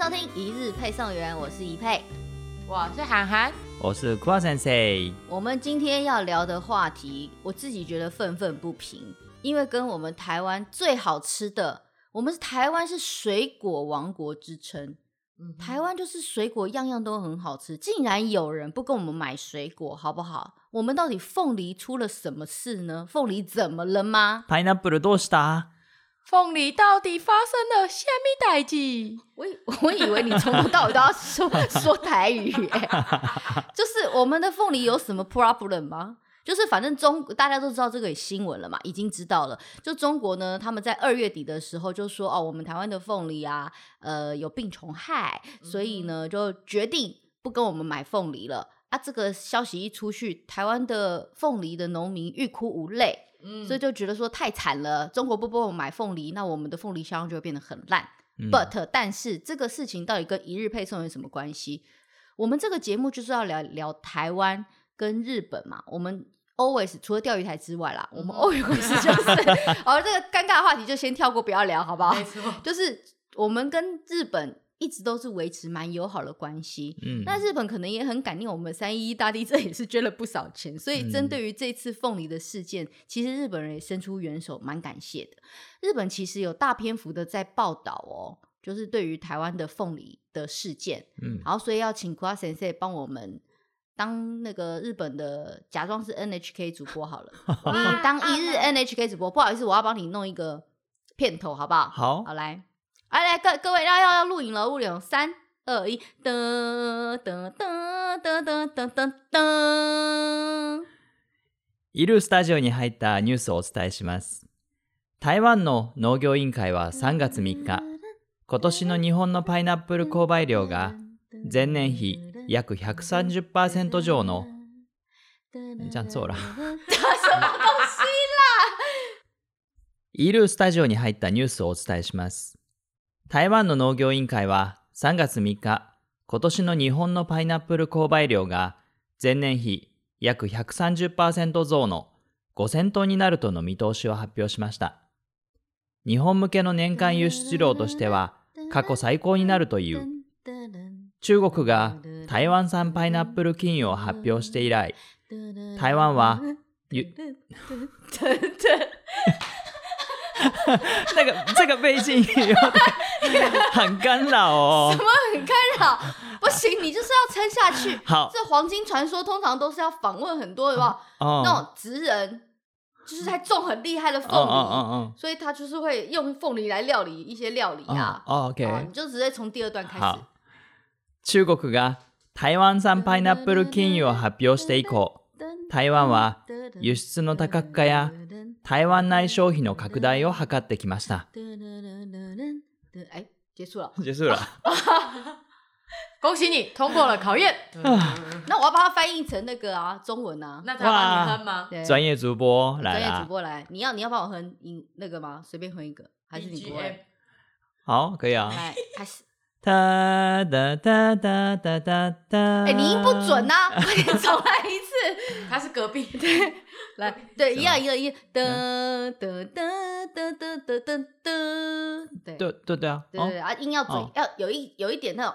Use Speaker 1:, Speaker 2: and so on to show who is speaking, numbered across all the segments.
Speaker 1: 收听一日配送员，我是一配。
Speaker 2: 我是涵涵，
Speaker 3: 我是 Qua Sensei。
Speaker 1: 我们今天要聊的话题，我自己觉得愤愤不平，因为跟我们台湾最好吃的，我们台湾是水果王国之称，台湾就是水果样样都很好吃，竟然有人不跟我们买水果，好不好？我们到底凤梨出了什么事呢？凤梨怎么了吗？
Speaker 3: パイナップルどうした？
Speaker 2: 凤梨到底发生了虾米代志？
Speaker 1: 我以 我以为你从头到尾都要说说台语、欸， 就是我们的凤梨有什么 problem 吗？就是反正中大家都知道这个新闻了嘛，已经知道了。就中国呢，他们在二月底的时候就说哦，我们台湾的凤梨啊，呃，有病虫害，所以呢就决定不跟我们买凤梨了。啊，这个消息一出去，台湾的凤梨的农民欲哭无泪，
Speaker 2: 嗯
Speaker 1: 所以就觉得说太惨了，中国不帮我们买凤梨，那我们的凤梨销量就会变得很烂。
Speaker 3: 嗯
Speaker 1: But 但是这个事情到底跟一日配送有什么关系？我们这个节目就是要聊聊台湾跟日本嘛。我们 always 除了钓鱼台之外啦，我们 always 就是，哦，这个尴尬的话题就先跳过，不要聊，好不好？
Speaker 2: 错，
Speaker 1: 就是我们跟日本一直都是维持蛮友好的关系。
Speaker 3: 嗯，
Speaker 1: 那日本可能也很感念我们三一一大地震也是捐了不少钱，所以
Speaker 3: 嗯
Speaker 1: 针对于这次凤梨的事件，其实日本人也伸出援手，蛮感谢的。日本其实有大篇幅的在报道哦，就是对于台湾的凤梨的事件，
Speaker 3: 嗯
Speaker 1: 然后所以要请 Kua Sensei 帮我们。当那个日本的假装是 NHK 主播 好了，我们当一日 NHK 主播，不好意思，我要帮你弄一个片头，好不好？
Speaker 3: 好
Speaker 1: 好，来，哎来来各各位要要要录影了，录影哦，三二一，噔噔噔噔噔噔噔噔。
Speaker 3: いるスタジオに入ったニュースをお伝えします。台湾の農業委員会は3月3日、今年の日本のパイナップル購買量が前年比約130%上の这样做了
Speaker 1: 什么东西？
Speaker 3: いるスタジオに入ったニュースをお伝えします。台湾の農業委員会は3月3日、今年の日本のパイナップル購買量が前年比約130%増の5000トンになるとの見通しを発表しました。日本向けの年間輸出量としては過去最高になるという中国が台湾産パイナップル金融を発表して以来、台湾はゆ那个这个背景音有点很干扰哦。
Speaker 1: 很干扰，不行，你就是要撑下去。
Speaker 3: 好
Speaker 1: 这黄金传说通常都是要访问很多的吧，
Speaker 3: 哦，
Speaker 1: 那种职人，就是在种很厉害的凤
Speaker 3: 哦
Speaker 1: 梨，
Speaker 3: 哦
Speaker 1: 所以他就是会用凤梨来料理一些料理
Speaker 3: 哦哦
Speaker 1: 啊。
Speaker 3: 哦
Speaker 1: 啊，
Speaker 3: ，OK，
Speaker 1: 你就直接从第二段开始
Speaker 3: 好。。中国が台湾産パイナップル金融を発表して以降、台湾は輸出の多角化や台湾内消費の拡大を図ってきました。
Speaker 1: 哎，结束了。
Speaker 3: 結束了。
Speaker 2: 恭喜你通过了考验。
Speaker 1: 那我要把它翻译成那个啊，中文啊。
Speaker 2: 那
Speaker 3: 哇
Speaker 2: 他帮你哼吗？
Speaker 1: 对
Speaker 3: 专业主播
Speaker 1: 专
Speaker 3: 来
Speaker 1: 业主
Speaker 3: 啦，
Speaker 1: 播来，你要你要帮我哼音那个吗？随便哼一个，还是你不会？
Speaker 3: 好，可以啊。
Speaker 1: 来，开始。
Speaker 3: 哒哒哒哒哒哒哒。
Speaker 1: 哎，你音不准呐，快点重来一次。
Speaker 2: BGM 他是隔壁。
Speaker 1: 来，对，一样一样一样，噔噔噔噔噔噔噔噔，对对
Speaker 3: 对对对啊。
Speaker 1: 对对啊，音要准，要有一有一点那种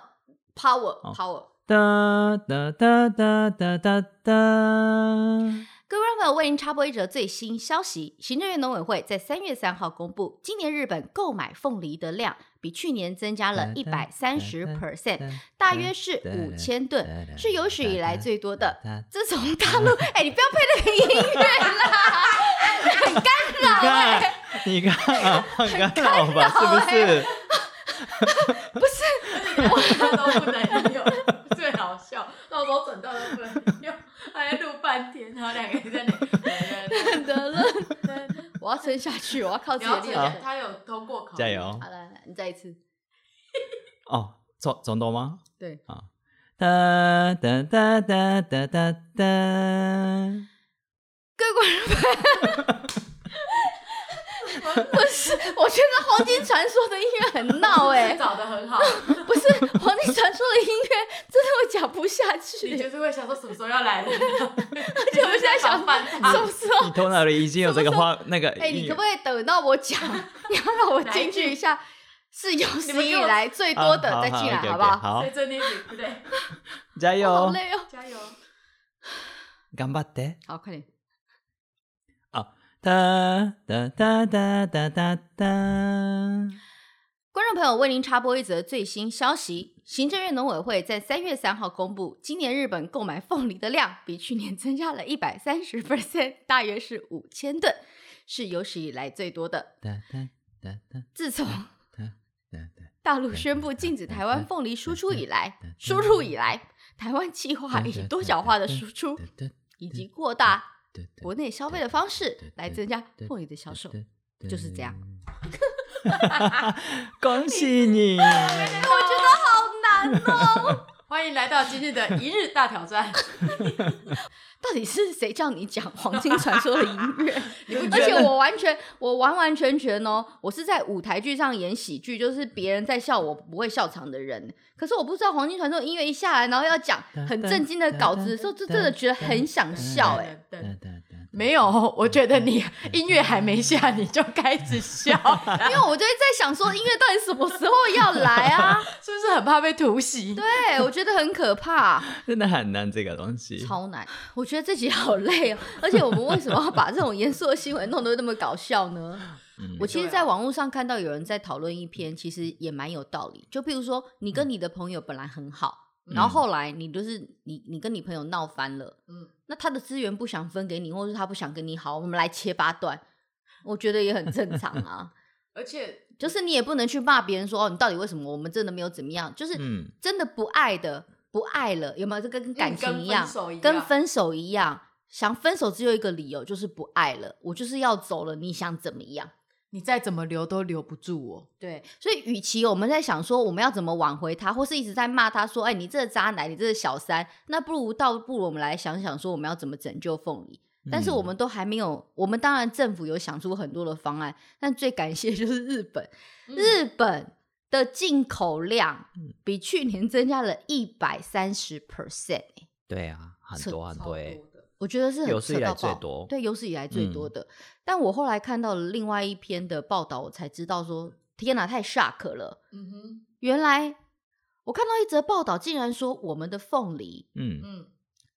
Speaker 1: power power。
Speaker 3: 哒哒哒哒哒哒哒。
Speaker 1: 各位观众朋友，为您插播一则最新消息：行政院农委会在三月三号公布，今年日本购买凤梨的量比去年增加了一百三十 percent，大哎约是五千吨，是有史以来最多的。 自从大 陆，哎、你不要配那个音乐啦，很干
Speaker 3: 你
Speaker 1: 扰哎、
Speaker 3: 看， 你看啊，很干扰吧？是不是？
Speaker 2: 都不能用，最好笑。到时候整段都不能用，还要录半天，然后两个人在那。
Speaker 1: 得了，我要撑下去，我要靠自
Speaker 2: 你
Speaker 1: 己的
Speaker 2: 要
Speaker 1: 力
Speaker 2: 哦承
Speaker 1: 量。
Speaker 2: 认他有通过考验
Speaker 3: 加！油
Speaker 1: 好！了，来你再一次，
Speaker 3: 哦，总总懂吗？啊
Speaker 1: 对，
Speaker 3: 哒哒哒哒哒哒哒。
Speaker 1: 各位观众朋友不是，我觉得《黄金传说》的音乐很闹哎、
Speaker 2: 找 的很好，
Speaker 1: 不是《黄金传说》的音乐，真的我讲不下
Speaker 2: 你
Speaker 1: 去。
Speaker 2: 就是会想说什么时候要来 了，而
Speaker 1: 且我现在 想
Speaker 2: 反
Speaker 1: 什么时候
Speaker 3: 你？头脑里已经有这个画那个
Speaker 1: 哎、
Speaker 3: 音
Speaker 1: 你
Speaker 3: 乐
Speaker 1: 可不可以等到我讲？你要让我
Speaker 2: 哪一
Speaker 1: 进
Speaker 2: 句
Speaker 1: 去一下。是有
Speaker 2: 你
Speaker 1: 史
Speaker 2: 们
Speaker 1: 以
Speaker 2: 给我
Speaker 1: 来最多的
Speaker 3: 啊好
Speaker 1: 再进来，
Speaker 3: 好
Speaker 1: 好
Speaker 3: 好
Speaker 1: 不好？
Speaker 3: 好
Speaker 2: 所以，这那一题不对，
Speaker 3: 加
Speaker 1: 我好
Speaker 3: 油，
Speaker 1: 累哦。
Speaker 2: 加油！
Speaker 3: 頑張って。
Speaker 1: 好，快点。
Speaker 3: 哒哒哒哒哒哒哒。
Speaker 1: 观众朋友，为您插播一则最新消息：行政院农委会在三月三号公布，今年日本购买凤梨的量比去年增加了一百三十 percent，大 约是五千吨，是有史以来最多的。
Speaker 3: 哒哒哒哒
Speaker 1: 自从
Speaker 3: 哒哒。
Speaker 1: 大陆宣布禁止台湾凤梨输出以来，输入以来，台湾计划以多角化的输出以及扩大国内消费的方式来增加凤梨的销售。就是这样。
Speaker 3: 恭喜你！
Speaker 1: 好难哦！
Speaker 2: 欢迎来到今日的一日大 挑战。
Speaker 1: 到底是谁叫你 讲《黄金传说》的音乐？
Speaker 2: 你不
Speaker 1: 而
Speaker 2: 觉
Speaker 1: 且
Speaker 2: 得？
Speaker 1: 我完全，我完完全全哦，我是在舞台剧上演喜剧，就是别人在笑我不会笑场的人。可是我不知道黄金传说音乐一下来，然后要讲很震惊的稿子的时候，就真的觉得很想笑哎、
Speaker 2: 等等等
Speaker 3: 哒哒
Speaker 2: 没有，我觉得你音乐还没下你就开 始笑，
Speaker 1: 因为我就在想说音乐到底什么时候要来啊？
Speaker 2: 是不是很怕被突袭？
Speaker 1: 对，我觉得很可怕，
Speaker 3: 真的很难这个东西。
Speaker 1: 超难。我觉得自己好累哦，而且我们为什么要把这种严肃的新闻弄得那么搞笑呢？
Speaker 3: 嗯
Speaker 1: 我其
Speaker 2: 对
Speaker 1: 实，
Speaker 2: 啊
Speaker 1: 在网络上看到有人在讨论一篇，其实也蛮有道理。就譬如说，你
Speaker 3: 嗯
Speaker 1: 跟你的朋友本来很好，然后后来你就是你你跟你朋友闹翻了，
Speaker 2: 嗯，
Speaker 1: 那他的资源不想分给你，或者是他不想跟你好，我们来切八段，我觉得也很正常啊。
Speaker 2: 而且
Speaker 1: 就是你也不能去骂别人说哦，你到底为什么？我们真的没有怎么样，就是
Speaker 3: 嗯，
Speaker 1: 真的不爱的不爱了，有没有？这个跟感情一样
Speaker 2: 嗯跟分，手
Speaker 1: 跟分手
Speaker 2: 一样
Speaker 1: 一样，想分手只有一个理由，就是不爱了，我就是要走了，你想怎么样？
Speaker 2: 你再怎么留都留不住我。
Speaker 1: 对，所以与其我们在想说我们要怎么挽回他，或是一直在骂他说：“哎，你这个渣男，你这个小三”，那不如倒不如我们来想想说我们要怎么拯救凤梨。
Speaker 3: 嗯
Speaker 1: 但是我们都还没有，我们当然政府有想出很多的方案，但最感谢就是日本，
Speaker 2: 嗯
Speaker 1: 日本的进口量
Speaker 3: 嗯
Speaker 1: 比去年增加了一百三十 percent，欸
Speaker 3: 对啊，很多很
Speaker 2: 超
Speaker 3: 多诶。
Speaker 2: 多的
Speaker 1: 我觉得是很
Speaker 3: 有史
Speaker 1: 扯
Speaker 3: 以来
Speaker 1: 到爆
Speaker 3: 最多嗯
Speaker 1: 对有史以来最多的。但我后来看到了另外一篇的报道，我才知道说，天哪，太 shock 了。
Speaker 2: 嗯哼，
Speaker 1: 原来我看到一则报道，竟然说我们的凤梨
Speaker 3: 嗯
Speaker 2: 嗯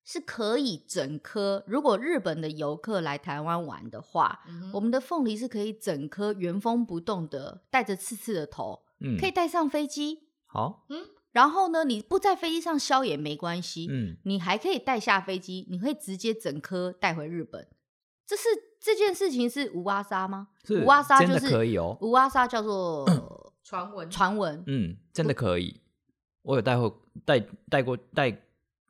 Speaker 1: 是可以整颗。如果日本的游客来台湾玩的话，
Speaker 2: 嗯哼，
Speaker 1: 我们的凤梨是可以整颗原封不动的，带着刺刺的头，
Speaker 3: 嗯，
Speaker 1: 可以带上飞机。
Speaker 3: 好，
Speaker 1: 然后呢，你不在飞机上削也没关系，
Speaker 3: 嗯，
Speaker 1: 你还可以带下飞机，你可以直接整颗带回日本。这是这件事情是无阿沙吗？
Speaker 3: 是
Speaker 1: 五阿沙
Speaker 3: 真
Speaker 1: 就
Speaker 3: 的
Speaker 1: 是
Speaker 3: 可以哦。
Speaker 1: 无阿沙叫做
Speaker 2: 传闻
Speaker 1: 传闻，
Speaker 3: 嗯，真的可以。我有带过带带过带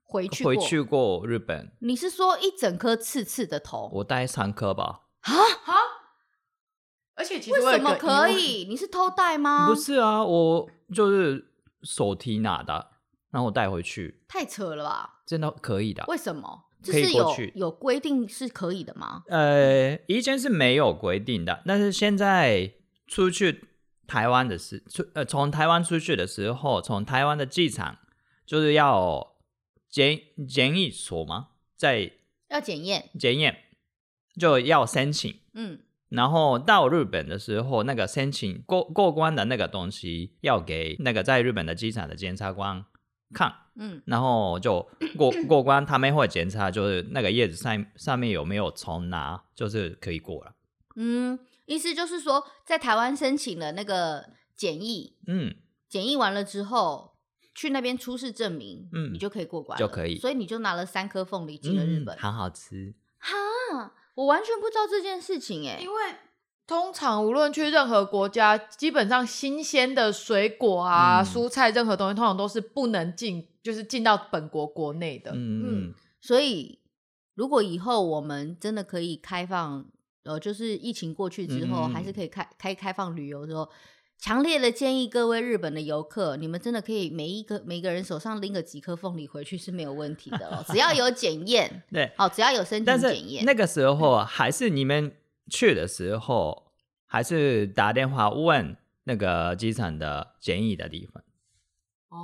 Speaker 1: 回去
Speaker 3: 回
Speaker 1: 过
Speaker 3: 去过日本，
Speaker 1: 你是说一整颗刺刺的头？
Speaker 3: 我带三颗吧。
Speaker 2: 哈，而且其实
Speaker 1: 为
Speaker 2: 我有
Speaker 1: 什
Speaker 2: 一个
Speaker 1: 么可
Speaker 2: 疑问？
Speaker 1: 以？你是偷带吗？
Speaker 3: 不，是啊，我就是手提拿的，然后我带回去，
Speaker 1: 太扯了吧？
Speaker 3: 真的可以的。
Speaker 1: 为什么？这
Speaker 3: 可以
Speaker 1: 是
Speaker 3: 过
Speaker 1: 有
Speaker 3: 去
Speaker 1: 有规定是可以的吗？
Speaker 3: 呃，以前是没有规定的，但是现在出去台湾的时，出呃从台湾出去的时候，从台湾的机场就是要呃检检疫所嘛，在
Speaker 1: 要检验，
Speaker 3: 检验就要申请，
Speaker 1: 嗯，
Speaker 3: 然后到日本的时候，那个申请过过关的那个东西要给那个在日本的机场的检察官看，
Speaker 1: 嗯，
Speaker 3: 然 后就过过关，他们会检查就是那个叶子上上面有没有虫拿，就是可以过了。
Speaker 1: 嗯，意思就是说，在台湾申请了那个检疫，
Speaker 3: 嗯，
Speaker 1: 检疫完了之后，去那边出示证明，
Speaker 3: 嗯
Speaker 1: 你就可以过关了，
Speaker 3: 就可以
Speaker 1: 所以你就拿了三颗凤梨进了日
Speaker 3: 嗯
Speaker 1: 本。
Speaker 3: 很好吃。
Speaker 1: 哈，我完全不知道这件事情哎、
Speaker 2: 因为通常无论去任何国家，基本上新鲜的水果啊、
Speaker 3: 嗯
Speaker 2: 蔬菜，任何东西通常都是不能进，就是进到本国国内的。
Speaker 3: 嗯嗯，
Speaker 1: 所以，如果以后我们真的可以开放，呃，就是疫情过去之后，
Speaker 3: 嗯嗯嗯
Speaker 1: 还是可以开开开放旅游之后，强烈的建议各位日本的游客，你们真的可以每一个每个人手上拎个几颗凤梨回去是没有问题的哦，只要有检验，
Speaker 3: 对。
Speaker 1: 哦，只要有申
Speaker 3: 但
Speaker 1: 请
Speaker 3: 是
Speaker 1: 检验，嗯
Speaker 3: 那个时候啊还是你们去的时候，还是打电话问那个机场的检疫的地方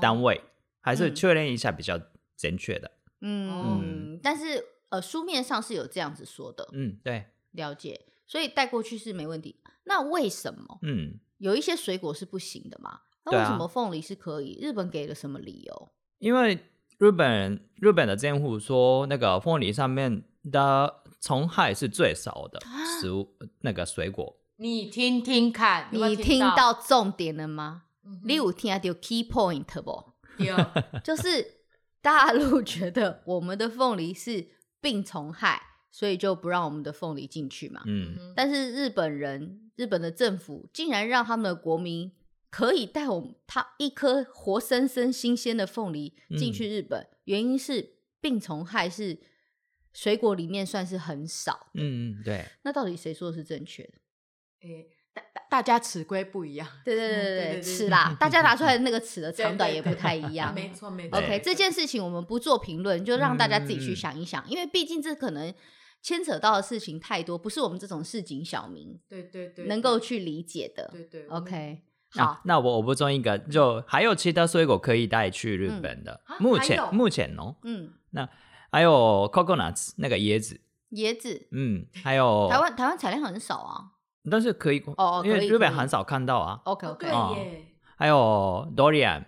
Speaker 3: 单位，还是
Speaker 1: 哦嗯
Speaker 3: 确认一下比较正确的。
Speaker 1: 嗯，但是呃，书面上是有这样子说的，
Speaker 3: 哦嗯，对，
Speaker 1: 了解，所以带过去是没问题。那为什么？
Speaker 3: 嗯，
Speaker 1: 有一些水果是不行的嘛，那
Speaker 3: 对
Speaker 1: 为
Speaker 3: 啊
Speaker 1: 什么凤梨是可以？日本给了什么理由？
Speaker 3: 因为日本人日本的政府说，那个凤梨上面的虫害是最少的
Speaker 1: 啊
Speaker 3: 食物，呃那个水果。
Speaker 2: 你听听看，有没
Speaker 1: 你
Speaker 2: 有
Speaker 1: 听到重点了吗？
Speaker 2: 嗯哼
Speaker 1: 你有听到 key point 不？
Speaker 2: 对
Speaker 3: 嗯
Speaker 1: 就是大陆觉得我们的凤梨是病虫害，所以就不让我们的凤梨进去嘛。
Speaker 3: 嗯，
Speaker 2: 嗯哼
Speaker 1: 但是日本人、日本的政府竟然让他们的国民可以带我们他一颗活生生新鲜的凤梨进去日本，原因是病虫害是水果里面算是很少。
Speaker 3: 嗯嗯，对，
Speaker 1: 那到底谁说的是正确的？
Speaker 2: 诶大大大家尺规不一样，
Speaker 1: 对对对
Speaker 2: 嗯
Speaker 1: 对
Speaker 2: 对
Speaker 1: 对，
Speaker 2: 对
Speaker 1: 尺啦，大家拿出来的那个尺的
Speaker 2: 对
Speaker 1: 长
Speaker 2: 对
Speaker 1: 短也不
Speaker 2: 对
Speaker 1: 太一样。
Speaker 2: 没错没错。
Speaker 1: OK，
Speaker 3: 对
Speaker 1: 这件事情我们不做评论，就让大家自己
Speaker 2: 嗯
Speaker 1: 去想一想，因为毕竟这可能牵扯到的事情太多，不是我们这种市井小民
Speaker 2: 对对对，
Speaker 1: 能够去理解的。
Speaker 2: 对对
Speaker 1: OK，
Speaker 3: 啊
Speaker 1: 好，，
Speaker 3: 那我我补充一个，就还有其他水果可以带去日本的。
Speaker 2: 嗯啊
Speaker 3: 目
Speaker 2: 还有
Speaker 3: 前目前哦，
Speaker 1: 嗯，
Speaker 3: 还有 coconuts 那个椰子，
Speaker 1: 椰子，
Speaker 3: 嗯，还有
Speaker 1: 台，湾台湾产量很少啊。
Speaker 3: 但是可以，
Speaker 1: 哦
Speaker 3: 因
Speaker 1: 可
Speaker 3: 为
Speaker 1: 以
Speaker 3: 日本
Speaker 1: 可以
Speaker 3: 很少看到啊。
Speaker 1: OK
Speaker 2: 哦
Speaker 1: OK，
Speaker 2: 对
Speaker 3: 哦
Speaker 2: 耶，
Speaker 3: 还有 durian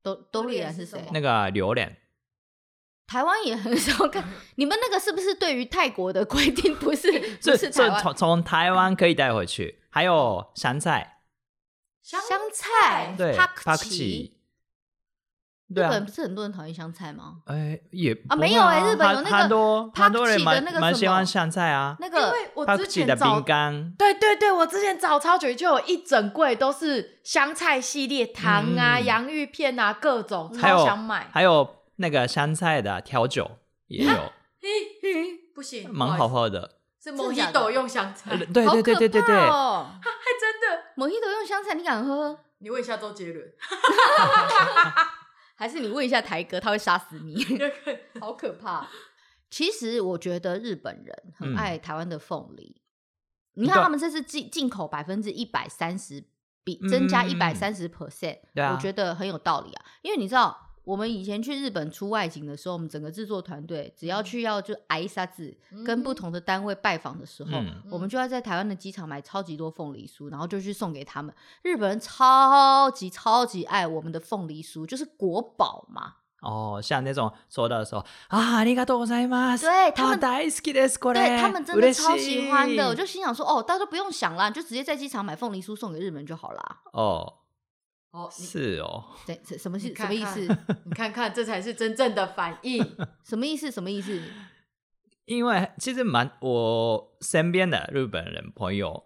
Speaker 1: 都都
Speaker 2: 榴
Speaker 1: 丽
Speaker 2: 莲
Speaker 1: 人是
Speaker 2: 是什
Speaker 1: 谁
Speaker 2: 么？
Speaker 3: 那个榴莲，
Speaker 1: 台湾也很少看。 你们那个是不是对于泰国的规定不是不
Speaker 3: 这
Speaker 1: 是
Speaker 3: 这
Speaker 1: 台湾
Speaker 3: 从从台湾可以带回去，还有香菜，
Speaker 2: 香
Speaker 1: 香菜
Speaker 3: 对，
Speaker 1: 帕
Speaker 3: 帕
Speaker 1: 克
Speaker 3: 克
Speaker 1: 奇
Speaker 3: 奇，
Speaker 1: 日
Speaker 3: 对
Speaker 1: 本
Speaker 3: 啊
Speaker 1: 不，是很多人讨厌香菜吗？
Speaker 3: 哎，也
Speaker 1: 啊
Speaker 3: 不
Speaker 1: 没
Speaker 3: 会
Speaker 1: 有哎日本有
Speaker 3: 很
Speaker 1: 那个
Speaker 3: 很多
Speaker 1: 帕
Speaker 3: 很
Speaker 1: 克
Speaker 3: 多人
Speaker 1: 奇的
Speaker 3: 蛮
Speaker 1: 那个
Speaker 3: 蛮
Speaker 1: 什
Speaker 3: 喜欢
Speaker 1: 么
Speaker 3: 香菜啊，
Speaker 1: 那
Speaker 2: 因
Speaker 1: 个
Speaker 2: 为我
Speaker 3: 帕克
Speaker 2: 之
Speaker 3: 奇
Speaker 2: 前
Speaker 3: 的
Speaker 2: 找
Speaker 3: 饼干，
Speaker 2: 对对对，我之前找超久就有一整柜都是香菜系列糖啊、
Speaker 3: 嗯
Speaker 2: 洋芋片啊，各种
Speaker 3: 还有
Speaker 2: 超想买。
Speaker 3: 还有那个香菜的调酒也
Speaker 1: 啊
Speaker 3: 有，
Speaker 2: 嘿嘿不行，
Speaker 3: 蛮好喝的。
Speaker 2: 不
Speaker 1: 真
Speaker 2: 好
Speaker 1: 的
Speaker 2: 意
Speaker 1: 假
Speaker 2: 思，是
Speaker 1: 的
Speaker 2: 莫吉豆用香菜，
Speaker 3: 呃
Speaker 2: 还
Speaker 3: 对对对对对对，
Speaker 1: 哦
Speaker 2: 哦真的。
Speaker 1: 某一头用香菜，你敢喝？
Speaker 2: 你问一下周杰伦，
Speaker 1: 还是你问一下台哥，他会杀死你。
Speaker 2: 那个
Speaker 1: 好可怕！其实我觉得日本人很
Speaker 3: 嗯
Speaker 1: 爱台湾的凤梨，你
Speaker 3: 对
Speaker 1: 看他们这次进进口百分之一百三十，比增加
Speaker 3: 嗯
Speaker 1: 一百三十 percent，
Speaker 3: 对啊
Speaker 1: 我觉得很有道理啊。因为你知道，我们以前去日本出外景的时候，我们整个制作团队只要去要就挨一下子，跟不同的单位拜访的时候。
Speaker 3: 嗯，
Speaker 1: 我们就要在台湾的机场买超级多凤梨酥，然后就去送给他们。日本人超级超级爱我们的凤梨酥，就是国宝嘛。
Speaker 3: 哦，像那种说到的时候啊，ありがとうございます。
Speaker 1: 对他
Speaker 3: 啊
Speaker 1: 们
Speaker 3: 大好きですこれ。
Speaker 1: 对他们真的
Speaker 3: 嬉しい
Speaker 1: 超喜欢的，我就心想说，哦，大家都不用想啦，你就直接在机场买凤梨酥送给日本人就好啦。
Speaker 3: 哦，
Speaker 2: 哦，你
Speaker 3: 是哦，
Speaker 1: 对，什什么
Speaker 2: 你
Speaker 1: 是什
Speaker 2: 看
Speaker 1: 么意
Speaker 2: 看
Speaker 1: 思？
Speaker 2: 你看看，这才是真正的反应。
Speaker 1: 什么意思？什么意思？
Speaker 3: 因为其实蛮我身边的日本人朋友，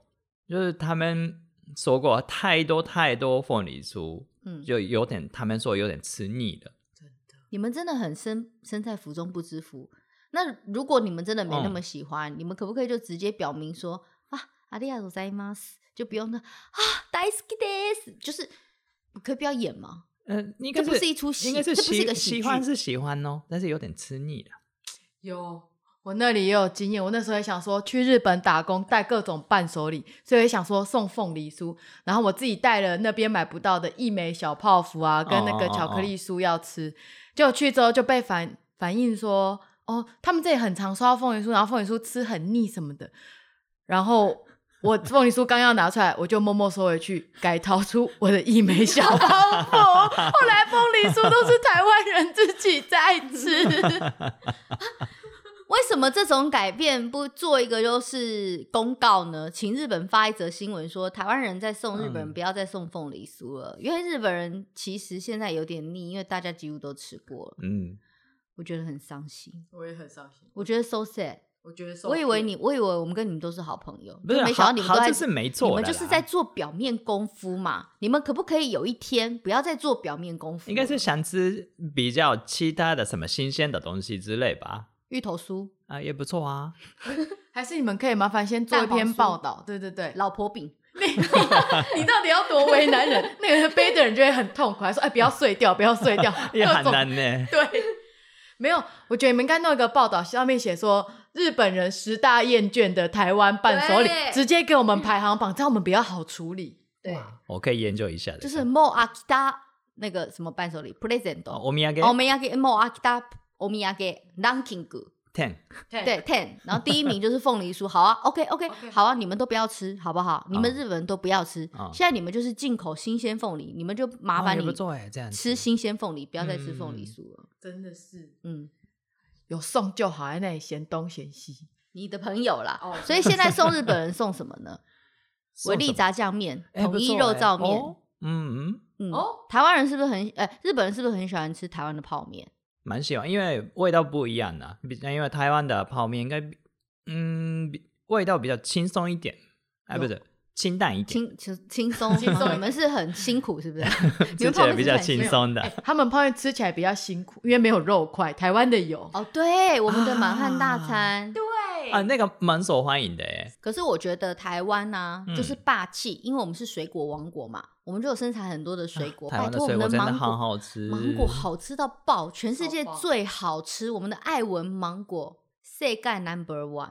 Speaker 3: 就是他们说过太多太多凤梨酥，
Speaker 1: 嗯，
Speaker 3: 就有点他们说有点吃腻了。
Speaker 1: 你们真的很身身在福中不知福。那如果你们真的没那
Speaker 3: 嗯
Speaker 1: 么喜欢，你们可不可以就直接表明说啊，ありがとうございます，就不用那啊，大好きです，就是可以不要演吗？
Speaker 3: 嗯，应
Speaker 1: 这
Speaker 3: 该
Speaker 1: 不是一出戏，
Speaker 3: 应该是
Speaker 1: 这不是一
Speaker 3: 喜
Speaker 1: 个喜
Speaker 3: 喜
Speaker 1: 剧。
Speaker 3: 欢是喜欢哦，但是有点吃腻了。
Speaker 2: 有，我那里也有经验。我那时候也想说，去日本打工带各种伴手礼，所以也想说送凤梨酥。然后我自己带了那边买不到的一枚小泡芙啊，跟那个
Speaker 3: 哦哦哦
Speaker 2: 巧克力酥要吃。结果去之后就被反反映说，哦，他们这里很常收到凤梨酥，然后凤梨酥吃很腻什么的。然后。 我凤梨酥刚要拿出来，我就默默收回去，改掏出我的一枚小 泡芙。后来凤梨酥都是台湾人自己在吃。
Speaker 1: 为什么这种改变不做一个就是公告呢？请日本发一则新闻说，台湾人在送日本人
Speaker 3: 嗯
Speaker 1: 不要再送凤梨酥了，因为日本人其实现在有点腻，因为大家几乎都吃过了，
Speaker 3: 嗯，
Speaker 1: 我觉得很伤心，
Speaker 2: 我也很伤心，
Speaker 1: 我觉得 so sad。
Speaker 2: 我觉得受
Speaker 1: 我以为
Speaker 2: 骗
Speaker 1: 你，我以为我们跟你们都是好朋友，
Speaker 3: 不是，
Speaker 1: 就没想到你们都
Speaker 3: 好好
Speaker 1: 在
Speaker 3: 这是没错
Speaker 1: 你
Speaker 3: 的啦，
Speaker 1: 们就是在做表面功夫嘛。你们可不可以有一天不要再做表面功夫了？
Speaker 3: 应该是想吃比较其他的什么新鲜的东西之类吧。
Speaker 1: 芋头酥、
Speaker 3: 啊，也不错啊。
Speaker 2: 还是你们可以麻烦先做一篇报道，对对对。
Speaker 1: 老婆饼，
Speaker 2: 你到底要多为难人？那个背的人就会很痛苦，还说哎不要碎掉，不要碎掉，
Speaker 3: 也
Speaker 2: 各
Speaker 3: 很
Speaker 2: 种
Speaker 3: 难呢。
Speaker 2: 对。没有，我觉得你们应该弄一个报道，上面写说日本人十大厌倦的台湾伴手礼
Speaker 1: 对，
Speaker 2: 直接给我们排行榜，这样我们比较好处理。
Speaker 1: 对，
Speaker 3: 我可以研究一下的。
Speaker 1: 就是 mo akita 那
Speaker 3: 哦
Speaker 1: 个什么伴手礼 present，
Speaker 3: 哦お土産
Speaker 1: お土産もう飽きたお土産ランキング
Speaker 3: ten
Speaker 1: 对 ten，然后第 一名就是凤梨酥，好啊，OK OK，
Speaker 2: OK
Speaker 1: 好啊，你们都不要吃，好不好？你
Speaker 3: 嗯
Speaker 1: 们日本人都不要吃
Speaker 3: 啊，
Speaker 1: 现在你们就是进口新鲜凤梨，你们就麻
Speaker 3: 哦
Speaker 1: 烦
Speaker 3: 也不
Speaker 1: 你
Speaker 3: 错哎，这样子
Speaker 1: 吃新鲜凤梨，不要再吃
Speaker 3: 嗯
Speaker 1: 凤梨酥了。
Speaker 2: 真的是
Speaker 1: 嗯，
Speaker 2: 有送就好，在那里嫌东嫌西。
Speaker 1: 你的朋友啦
Speaker 2: 哦，
Speaker 1: 所以现在送日本人送什 么呢？
Speaker 3: 送
Speaker 1: 维
Speaker 3: 什么
Speaker 1: 力炸酱面、
Speaker 3: 哎
Speaker 1: 统
Speaker 3: 不
Speaker 1: 一
Speaker 3: 错
Speaker 1: 肉
Speaker 3: 哎
Speaker 1: 燥面。
Speaker 3: 哦嗯嗯，
Speaker 1: 嗯
Speaker 2: 哦，
Speaker 1: 台湾人是不是很呃，日本人是不是很喜欢吃台湾的泡面？
Speaker 3: 蛮喜欢，因为味道不一样的、比因为台湾的泡面应该比，嗯，比味道比较轻松一点，哎，不是清淡一 点，
Speaker 1: 轻轻轻松，
Speaker 2: 轻松
Speaker 1: 你们是很辛苦是不是？你
Speaker 3: 吃
Speaker 1: 们
Speaker 3: 起
Speaker 1: 泡
Speaker 3: 来
Speaker 1: 面
Speaker 3: 比较轻
Speaker 1: 是不是很辛苦。
Speaker 3: 松的。
Speaker 2: 哎他们泡面吃起来比较辛苦，因为没有肉块，台湾的有。
Speaker 1: 哦，对，我们的满汉大餐，
Speaker 2: 对
Speaker 3: 啊，那个蛮受欢迎的哎，
Speaker 1: 可是我觉得台湾呢、
Speaker 3: 嗯
Speaker 1: 就是霸气，因为我们是水果王国嘛，我们就有生产很多啊的水果。
Speaker 3: 台
Speaker 1: 拜
Speaker 3: 湾的
Speaker 1: 托，我
Speaker 3: 水
Speaker 1: 们
Speaker 3: 果真的
Speaker 1: 芒果
Speaker 3: 很好吃，
Speaker 1: 芒果好吃到爆，全世界
Speaker 2: 超棒
Speaker 1: 最好吃。我们的爱文芒果，世界 number one。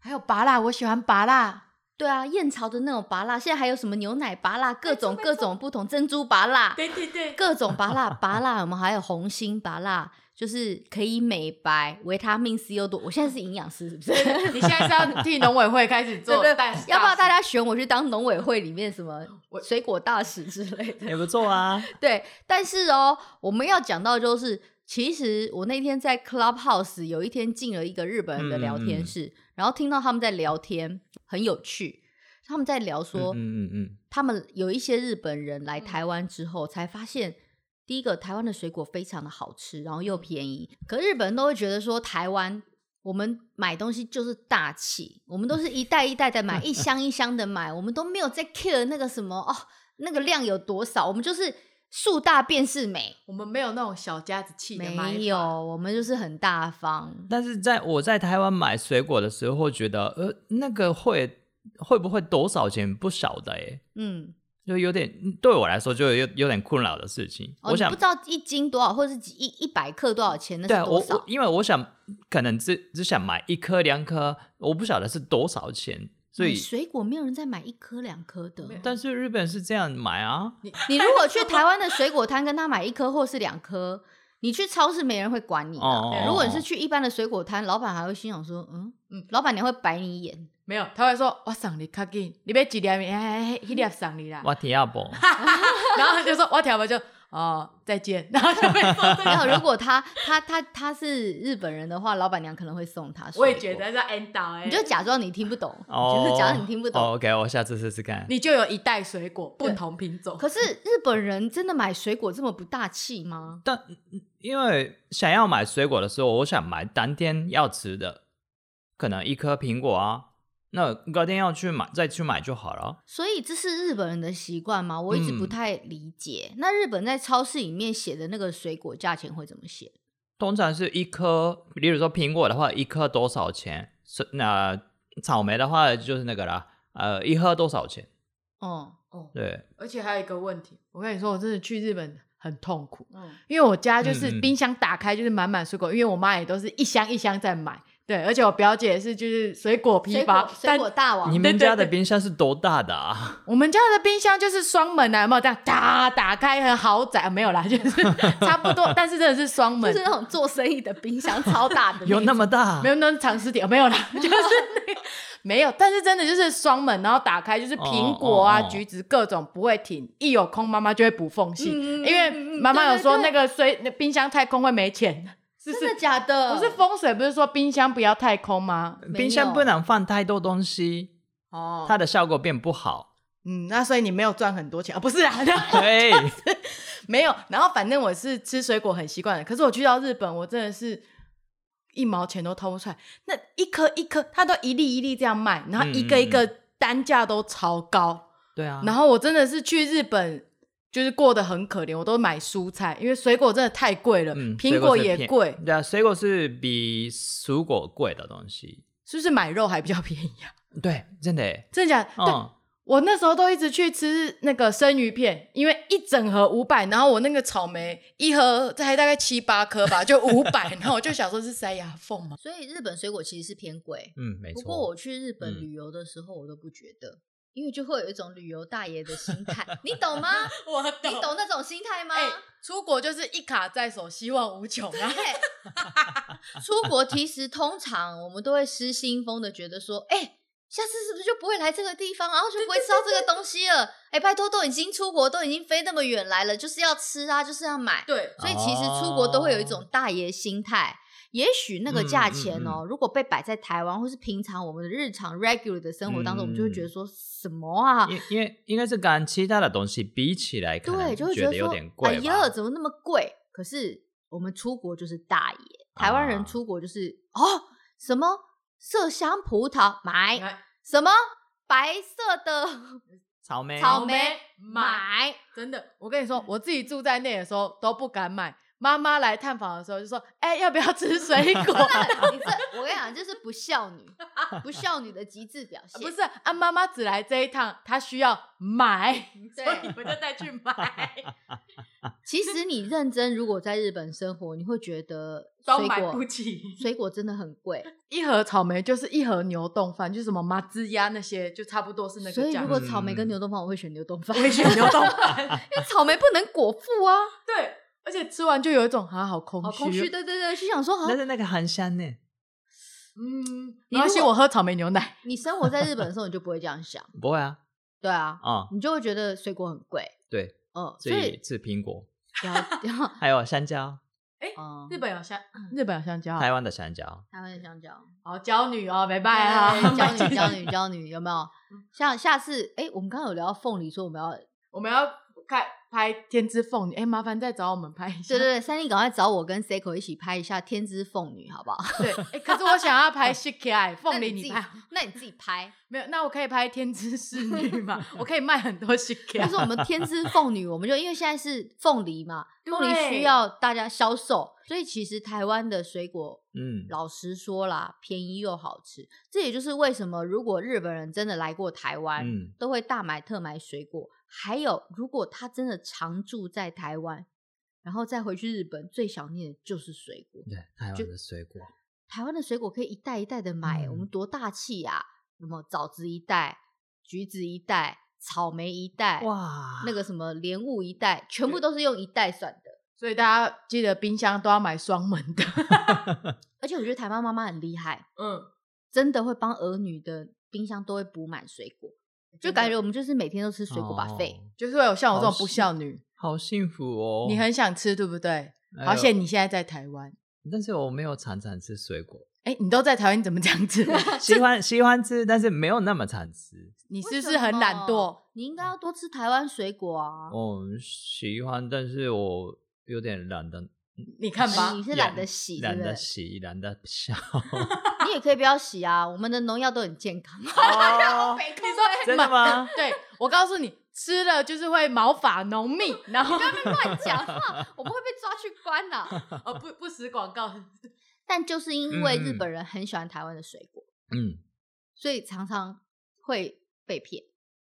Speaker 2: 还有拔辣，我喜欢拔辣。
Speaker 1: 对啊，燕巢的那种拔辣，现在还有什么牛奶拔辣，各种
Speaker 2: 没错
Speaker 1: 各种不同珍珠拔辣，
Speaker 2: 对对，
Speaker 1: 各种拔辣拔辣，我们还有红心拔辣，就是可以美白，维他命 C 又多。我现在是营养师，是不是？
Speaker 2: 你现在是要替农委会 开始做
Speaker 1: 对对
Speaker 2: 大 使，
Speaker 1: 要不要大
Speaker 2: 家
Speaker 1: 家选我去当农委会里面什 么水果大使之类的？
Speaker 3: 也不错啊。
Speaker 1: 对，但是哦，我们要讲到就是，其实我那天在 Clubhouse 有一天进了一个日本人的聊
Speaker 2: 嗯
Speaker 1: 天室，然后听到他们在聊天，很有趣。他们在聊说，
Speaker 3: 嗯嗯嗯
Speaker 1: 他们有一些日本人来台湾之后，才发现，第一个台湾的水果非常的好吃，然后
Speaker 3: 嗯
Speaker 1: 又便宜。可日本人都会觉得说，台湾我们买东西就是大气，我们都是一袋一袋的买，一箱一箱的买，我们都没有在 care 那个什么哦，那个量有多少，我们就是树大便是美。
Speaker 2: 我们没有那种小家子气的买法
Speaker 1: 没有，，我们就是很大方
Speaker 3: 嗯。。但是在我在台湾买水果的时候，觉得呃，那个会会不会多少钱不少的哎，
Speaker 1: 嗯，
Speaker 3: 就有点对我来说就有有点困扰的事情。
Speaker 1: 哦，
Speaker 3: 我
Speaker 1: 你
Speaker 3: 想
Speaker 1: 不知道一斤多少，或者是几一一百克多少钱，那
Speaker 3: 对
Speaker 1: 是
Speaker 3: 啊，
Speaker 1: 多
Speaker 3: 我
Speaker 1: 少？
Speaker 3: 我因为我想可能只只想买一颗两颗，我不晓得是多少钱，所
Speaker 1: 买
Speaker 3: 以
Speaker 1: 水果没有人再买一颗两颗的。
Speaker 2: 没有
Speaker 3: 但是日本是这样买啊，
Speaker 1: 你如果去台湾的水果摊跟他买一颗或是两颗，你去超市没人会管你的。
Speaker 3: 哦
Speaker 1: 如果你是去一般的水果摊，老板还会心想说，嗯嗯
Speaker 2: 嗯，
Speaker 1: 老板娘会白你 眼。
Speaker 2: 没有，他会说我送你较紧，你别几粒，哎哎哎，一粒送你啦。
Speaker 3: 我提亚波，
Speaker 2: 然后他就说我条不就哦再见， 然后就被送这
Speaker 1: 然后
Speaker 2: 个。
Speaker 1: 如果他他他他是日本人的话，老板娘可能会送他水果。
Speaker 2: 我也觉得是 end 到哎，
Speaker 1: 你就假装你听不懂，
Speaker 3: 哦，
Speaker 1: 就是假装你听不懂。
Speaker 3: 哦 OK，我下次试试看。
Speaker 2: 你就有一袋水果，不同品
Speaker 3: 哦
Speaker 2: 种。
Speaker 1: 可是日本人真的买水果这么不大气吗？
Speaker 3: 但因为想要买水果的时候，我想买当天要吃的，可能一颗苹果啊，那隔天要去买再去买就好了。
Speaker 1: 所以这是日本人的习惯吗？我一直
Speaker 3: 嗯
Speaker 1: 不太理解。那日本在超市里面写的那个水果价钱会怎么写？
Speaker 3: 通常是一颗，比如说苹果的话，一颗多少钱？是那、草莓的话就是那个啦，呃，一盒多少钱？
Speaker 1: 哦、
Speaker 2: 哦，
Speaker 3: 对，
Speaker 2: 而且还有一个问题，我跟你说，我真的去日本很痛苦，
Speaker 3: 哦
Speaker 1: 嗯，
Speaker 2: 因为我家就是
Speaker 3: 嗯嗯
Speaker 2: 冰箱打开就是满满水果，因为我妈也都是一箱一箱在买。对，而且我表姐也是就是水果批
Speaker 1: 水
Speaker 2: 发
Speaker 1: 果，水
Speaker 2: 但
Speaker 1: 果大王
Speaker 3: 你。们家的冰箱是多大的 啊？
Speaker 2: 我们家的冰箱就是双门啊，有没有这样打打开很豪宅？啊没有啦， 就是差不 多，但是真的是双门，
Speaker 1: 就是那种做生意的冰箱超大的，
Speaker 3: 有那么大？
Speaker 2: 没有那长尸体，哦没 有啦，就是那个没有，但是真的就是双门，然后打开就是苹果啊、
Speaker 3: 哦哦哦
Speaker 2: 橘子各种不会停，一有空妈妈就会补缝隙，
Speaker 1: 嗯嗯嗯
Speaker 2: 因为妈妈有说
Speaker 1: 对对
Speaker 2: 那
Speaker 1: 嗯
Speaker 2: 个水那冰箱太空会没钱，是
Speaker 1: 真的
Speaker 2: 是。
Speaker 1: 假的？
Speaker 2: 不是风水，不是说冰箱不要太空吗？
Speaker 3: 冰箱不能放太多东西，
Speaker 2: 哦，
Speaker 3: 它的效果变不好。
Speaker 2: 嗯，那所以你没有赚很多钱啊？不 是啊，
Speaker 3: 对，
Speaker 2: 没有。然后反正我是吃水果很习惯的，可是我去到日本，我真的是一毛钱都掏不出来。那一颗一颗，它都一粒一粒这样卖，然后一个一
Speaker 3: 嗯
Speaker 2: 个单价都超高。
Speaker 3: 对啊。
Speaker 2: 然后我真的是去日本。就是过得很可怜，我都买蔬菜，因为水果真的太贵了，
Speaker 3: 嗯
Speaker 2: 苹果
Speaker 3: 水是
Speaker 2: 也
Speaker 3: 便
Speaker 2: 贵，
Speaker 3: 对啊，水果是比蔬果贵的东西。
Speaker 2: 是不是买肉还比较便宜啊？
Speaker 3: 对，真的耶。
Speaker 2: 真的假的？对
Speaker 3: 嗯，
Speaker 2: 我那时候都一直去吃那个生鱼片，因为一整盒五百，然后我那个草莓一盒才大概七八颗吧，就五百， 然后我就想说是塞牙缝嘛。
Speaker 1: 所以日本水果其实是偏贵，
Speaker 3: 嗯，没
Speaker 1: 不
Speaker 3: 错。
Speaker 1: 过我去日本
Speaker 3: 嗯
Speaker 1: 旅游的时候，我都不觉得。因为就会有一种旅游大爷的心态，你懂吗？
Speaker 2: 我
Speaker 1: 你懂那种心态吗？
Speaker 2: 哎、出国就是一卡在手，希望无穷啊！
Speaker 1: 对，出国其实通常我们都会失心疯的觉得说，哎、下次是不是就不会来这个地方，然后就不会吃到这个东西了？哎、拜托，都已经出国，都已经飞那么远来了，就是要吃啊，就是要买。
Speaker 2: 对
Speaker 1: 所以其实出国都会有一
Speaker 3: 哦
Speaker 1: 种大爷心态。也许那
Speaker 3: 嗯
Speaker 1: 个价钱哦，如果被摆在台湾或是平常我们的日常 regular 的生活当中，我们就会觉得说什么啊？
Speaker 3: 嗯因因为应该是跟其他的东西比起来，可能
Speaker 1: 对，就会
Speaker 3: 觉
Speaker 1: 觉
Speaker 3: 得
Speaker 1: 得
Speaker 3: 有
Speaker 1: 说
Speaker 3: 点，
Speaker 1: 哎
Speaker 3: 贵吧。
Speaker 1: 呀，怎么那么贵？可是我们出国就是大爷，台湾
Speaker 3: 啊
Speaker 1: 人出国就是、哦，什么麝香葡萄买，
Speaker 2: 买
Speaker 1: 什么白色 的
Speaker 3: 草莓，
Speaker 1: 草莓
Speaker 2: 买，
Speaker 1: 买，
Speaker 2: 真的，我跟你说，我自己住在内的时候都不敢买。妈妈来探访的时候就说：“哎、要不要吃水
Speaker 1: 你
Speaker 2: 果
Speaker 1: 这我跟你讲，就是不孝女，不孝女的极致表？”现。
Speaker 2: 不是啊，妈妈只来这一趟，她需要买，
Speaker 1: 对
Speaker 2: 所以我就带去 买，
Speaker 1: 其实你认真，如果在日本生活，你会觉得
Speaker 2: 都
Speaker 1: 水
Speaker 2: 买
Speaker 1: 果
Speaker 2: 不起。
Speaker 1: 水果真的很 贵，
Speaker 2: 一盒草莓就是一盒牛冻饭，就是什么麻汁鸭那些，就差不多是那
Speaker 1: 所
Speaker 2: 个
Speaker 1: 以
Speaker 2: 价
Speaker 1: 如
Speaker 2: 格。
Speaker 1: 果草莓跟牛冻饭，我会选牛冻饭，
Speaker 2: 我也选牛冻 饭，
Speaker 1: 因为草莓不能果腹 啊，
Speaker 2: 对，而且吃完就有一种啊，好空虚，
Speaker 1: 好空虚。。对对对，就想说，好
Speaker 3: 但是那个很香呢，
Speaker 2: 嗯，
Speaker 1: 你
Speaker 2: 没关系，
Speaker 1: 如果
Speaker 2: 我喝草莓牛奶。
Speaker 1: 你生活在日本的时候，你就不会这样想，
Speaker 3: 不会啊，
Speaker 1: 对啊，
Speaker 3: 啊、
Speaker 1: 你就会觉得水果很 贵，
Speaker 3: 对，
Speaker 1: 嗯，所
Speaker 3: 所以
Speaker 1: 以
Speaker 3: 吃苹果，
Speaker 1: 然后然 后
Speaker 3: 还有香蕉，
Speaker 1: 嗯，
Speaker 2: 日本有香，日本有香蕉啊，
Speaker 3: 台湾的香蕉，
Speaker 1: 台湾的香蕉，
Speaker 2: 好娇女哦，拜拜啊，
Speaker 1: 哎娇 女娇女娇女有没有？像下次，哎，我们刚刚有聊到凤梨，说我们要
Speaker 2: 我们要开拍天之凤女，哎，麻烦再找我们拍一下。
Speaker 1: 对对对，三弟赶快找我跟 Seiko 一起拍一下《天之凤女》，好不好？
Speaker 2: 对哎，可是我想要 拍 Shiki 凤梨，
Speaker 1: 那自
Speaker 2: 你
Speaker 1: 己
Speaker 2: 拍，
Speaker 1: 那你自己 拍。
Speaker 2: 没有？那我可以拍天之侍女 嘛？我可以卖很多 Shiki，
Speaker 1: 就是我们天之凤女，我们就因为现在是凤梨嘛，
Speaker 2: 对
Speaker 1: 凤梨需要大家销售，所以其实台湾的水果，
Speaker 3: 嗯，
Speaker 1: 老实说啦，便宜又好吃。这也就是为什么如果日本人真的来过台湾，
Speaker 3: 嗯，
Speaker 1: 都会大买特买水果。还有，如果他真的常住在台湾，然后再回去日本，最想念的就是水果。
Speaker 3: 对，台湾的水果，
Speaker 1: 台湾的水果可以一袋一袋的买，
Speaker 3: 嗯
Speaker 1: 我们多大气呀、啊！什么枣子一袋，橘子一袋，草莓一袋，
Speaker 3: 哇
Speaker 1: 哎那个什么莲雾一袋，全部都是用一袋算的。
Speaker 2: 所以大家记得冰箱都要买双门的。
Speaker 1: 而且我觉得台湾妈妈很厉害，
Speaker 2: 嗯，
Speaker 1: 真的会帮儿女的冰箱都会补满水果，就
Speaker 2: 真的
Speaker 1: 感觉我们就是每天都吃水果吧费、
Speaker 3: 哎哦
Speaker 2: 就是会有像我这种不孝女，
Speaker 3: 好幸福哦，
Speaker 2: 你很想吃对不对？
Speaker 3: 哎呦
Speaker 2: 好险你现在在台湾。
Speaker 3: 但是我没有常常吃 水果，
Speaker 2: 哎，你都在台湾，你怎么这样 子？
Speaker 3: 喜欢喜欢吃，但是没有那么常吃。
Speaker 2: 你
Speaker 1: 你
Speaker 2: 是不是很懒惰？？
Speaker 1: 你
Speaker 3: 嗯
Speaker 1: 应该要多吃台湾水果啊！
Speaker 3: 哦，喜欢，但是我有点懒得，
Speaker 2: 你看吧
Speaker 1: 你，是懒得洗，对
Speaker 3: 懒
Speaker 1: 不对哦
Speaker 3: 得？洗，懒得 笑。
Speaker 1: 你也可以不要洗啊，我们的农药都很健康。
Speaker 3: 哦，
Speaker 2: 你说
Speaker 3: 真的？吗？
Speaker 2: 对，我告诉你，吃了就是会毛发浓密，然后
Speaker 1: 不要乱讲话，我们会被抓去关呐、
Speaker 2: 哦不不实广告，
Speaker 1: 但就是因为日
Speaker 3: 嗯嗯
Speaker 1: 本人很喜欢台湾的水果，
Speaker 3: 嗯，
Speaker 1: 所以常常会被骗。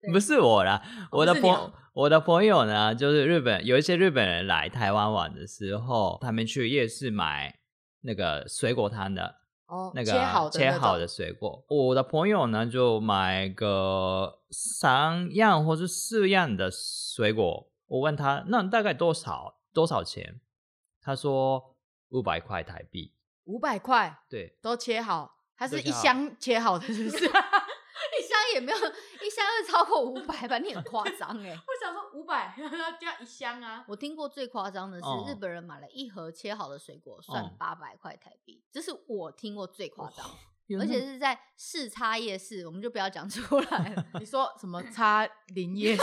Speaker 1: 对
Speaker 3: 不是我啦，
Speaker 2: 哦
Speaker 3: 我的
Speaker 2: 不是
Speaker 3: 朋、
Speaker 2: 你哦
Speaker 3: 我的朋友呢，就是日本有一些日本人来台湾玩的时候，他们去夜市买那个水果摊的
Speaker 2: 哦
Speaker 3: 那个啊
Speaker 2: 切好的
Speaker 3: 切
Speaker 2: 那种
Speaker 3: 好的水果。我的朋友呢，就买个三样或是四样的水果。我问他，那大概多少多少钱？他说五百块台币。
Speaker 2: 五百块
Speaker 3: 对，
Speaker 2: 都切好，它是
Speaker 3: 都切
Speaker 2: 一
Speaker 3: 好
Speaker 2: 箱切好的，是 不是？
Speaker 1: 一箱也没有，一箱会超过五百吧？你很夸张哎！
Speaker 2: 我想说五百， 要加一箱啊。
Speaker 1: 我听过最夸张的是，
Speaker 3: 哦
Speaker 1: 日本人买了一盒切好的水果，算
Speaker 3: 哦
Speaker 1: 八百块台币，这是我听过最夸张，
Speaker 3: 有
Speaker 1: 而且
Speaker 3: 那
Speaker 1: 是在市差夜市，我们就不要讲出来了，
Speaker 2: 你说什么差零夜市？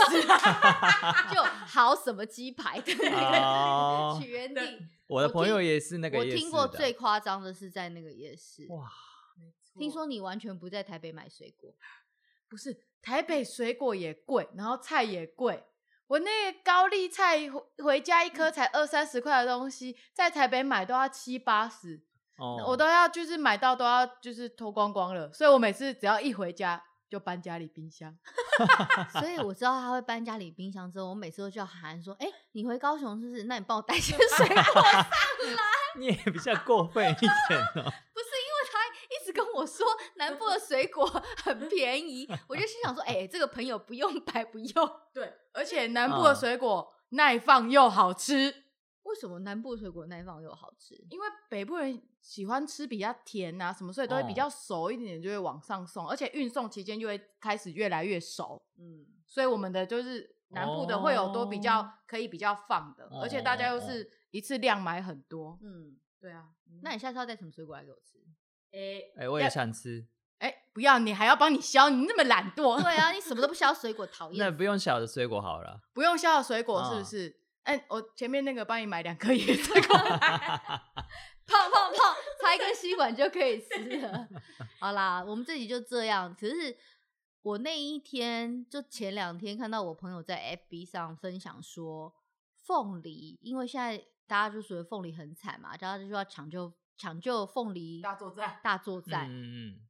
Speaker 1: 就好什么鸡排的那
Speaker 3: 哦
Speaker 1: 个 起源地。
Speaker 3: 我的
Speaker 1: 我
Speaker 3: 朋友
Speaker 1: 听
Speaker 3: 也是那个
Speaker 1: 我
Speaker 3: 夜市
Speaker 1: 听过
Speaker 3: 的啊
Speaker 1: 最夸张的是在那个夜市，
Speaker 3: 哇，
Speaker 1: 听说你完全不在台北买水果，
Speaker 2: 不是台北水果也贵，然后菜也贵。我那个高丽菜回回家一颗才二三十块的东西，在台北买都要七八十，
Speaker 3: 哦
Speaker 2: 我都要就是买到都要就是偷光光了。所以我每次只要一回家就搬家里冰箱。
Speaker 1: 所以我知道他会搬家里冰箱之后，我每次都叫韩说：“哎、你回高雄是不是？那你帮我带些 水果。”
Speaker 3: 你也比较过分一点哦。
Speaker 1: 不是因为他一直跟我说南部的水果很便宜，我就心想说，哎、这个朋友不用白不用。
Speaker 2: 对，而且南部的水果耐放又好吃，
Speaker 1: 为什么南部的水果耐放又好吃？
Speaker 2: 因为北部人喜欢吃比较甜啊什么，所以都会比较熟一点，就会往上送，而且运送期间就会开始越来越熟。
Speaker 1: 嗯，
Speaker 2: 所以我们的就是南部的会有多比较、
Speaker 3: 哦
Speaker 2: 可以比较放的，
Speaker 3: 哦
Speaker 2: 而且大家又是一次量买很多。
Speaker 1: 嗯，
Speaker 2: 对啊，
Speaker 1: 那你下次要带什么水果来给我吃？
Speaker 2: 诶
Speaker 3: 哎、我也想吃。
Speaker 2: 哎、不要你还要帮你削，你那么懒 惰，
Speaker 1: 对啊，你什么都不削水果，讨
Speaker 3: 那
Speaker 1: 厌。
Speaker 3: 不用小的水果好了。
Speaker 2: 不用削的水果是不是？哎、我前面那个帮你买两颗野水果，
Speaker 1: 胖胖胖，插一根吸管就可以吃了。 好啦，我们这集就这样。只是我那一天，就前两天看到我朋友在 FB 上分享说，凤梨，因为现在大家就觉得凤梨很惨嘛，大家就说要抢救抢救凤梨
Speaker 2: 作战。
Speaker 1: 大作战，
Speaker 3: 嗯嗯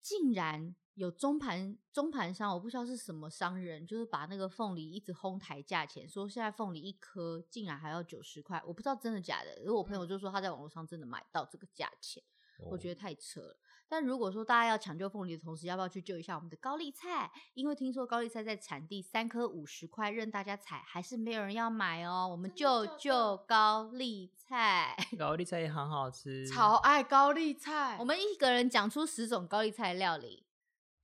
Speaker 1: 竟然有中盘中盘商，我不知道是什么商人，就是把那个凤梨一直哄抬价钱，说现在凤梨一颗竟然还要九十块，我不知道真的假的。因为我
Speaker 2: 嗯
Speaker 1: 朋友就说他在网络上真的买到这个价钱，
Speaker 3: 嗯，
Speaker 1: 我觉
Speaker 2: 哦
Speaker 1: 得太扯了。但如果说大家要抢救凤梨的同时，要不要去救一下我们的高丽菜？因为听说高丽菜在产地三颗五十块任大家采，还是没有人要买哦。我们
Speaker 2: 真的
Speaker 1: 救
Speaker 2: 假的
Speaker 1: 救高丽菜！
Speaker 3: 得高丽菜也很好吃。
Speaker 2: 超爱高丽菜，
Speaker 1: 我们一个人讲出十种高丽菜料理。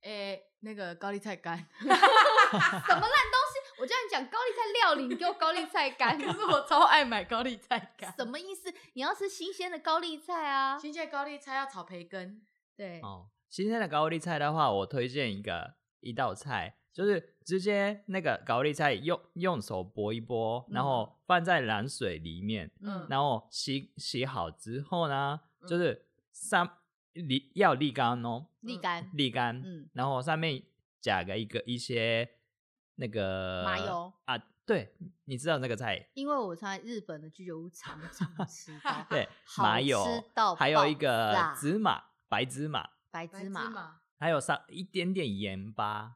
Speaker 2: 哎、那个高丽菜干，
Speaker 1: 什么烂东西？我叫你讲高丽菜料理，你给我高丽菜干，
Speaker 2: 可是我超爱买高丽菜干。
Speaker 1: 什么意思？你要吃新鲜的高丽菜啊！
Speaker 2: 新鲜高丽菜要炒培根，
Speaker 1: 对，
Speaker 3: 哦，新鲜的高丽菜的话，我推荐一个一道菜，就是直接那个高丽菜用用手剥一剥，然后放在冷水里面，
Speaker 1: 嗯
Speaker 3: 然后洗洗好之后呢，
Speaker 2: 嗯
Speaker 3: 就是上沥要沥干哦，
Speaker 1: 沥干，
Speaker 3: 沥干，
Speaker 1: 嗯
Speaker 3: 然后上面加个一个一些那个
Speaker 1: 麻油
Speaker 3: 啊，对，你知道那个菜
Speaker 1: 因为我在日本的居酒屋 常常吃到
Speaker 3: 对
Speaker 1: 好
Speaker 3: 麻油
Speaker 1: 吃到，
Speaker 3: 还有一
Speaker 1: 爆
Speaker 3: 个
Speaker 1: 炸
Speaker 3: 芝麻白芝麻，
Speaker 1: 白
Speaker 2: 白
Speaker 1: 芝麻，
Speaker 3: 还有上一点点盐巴，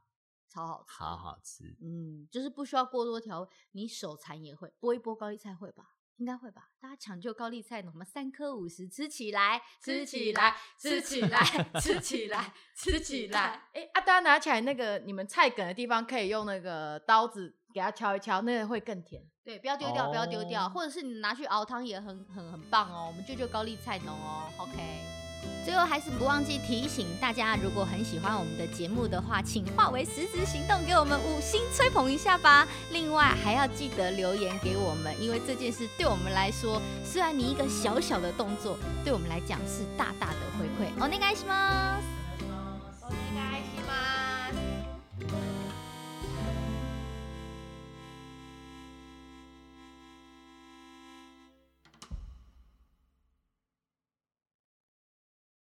Speaker 1: 超好吃，
Speaker 3: 好好吃。
Speaker 1: 嗯，就是不需要过多调味，你手残也会剥一剥高丽菜会吧？应该会吧？大家抢救高丽菜呢，我们三颗五十，吃起来，
Speaker 2: 吃起来，吃起来，吃起 来，吃起来。哎、啊，大家拿起来那个你们菜梗的地方，可以用那个刀子给它敲一敲，那个会更甜。
Speaker 1: 对，不要丢掉，不要丢掉，
Speaker 3: 哦
Speaker 1: 或者是你拿去熬汤也很很很棒哦。我们救救高丽菜农哦，OK。最后还是不忘记提醒大家，如果很喜欢我们的节目的话，请化为实质行动，给我们五星吹捧一下吧。另外还要记得留言给我们，因为这件事对我们来说，哦虽然你一个小小的动作，对我们来讲是大大的回馈。お願いします。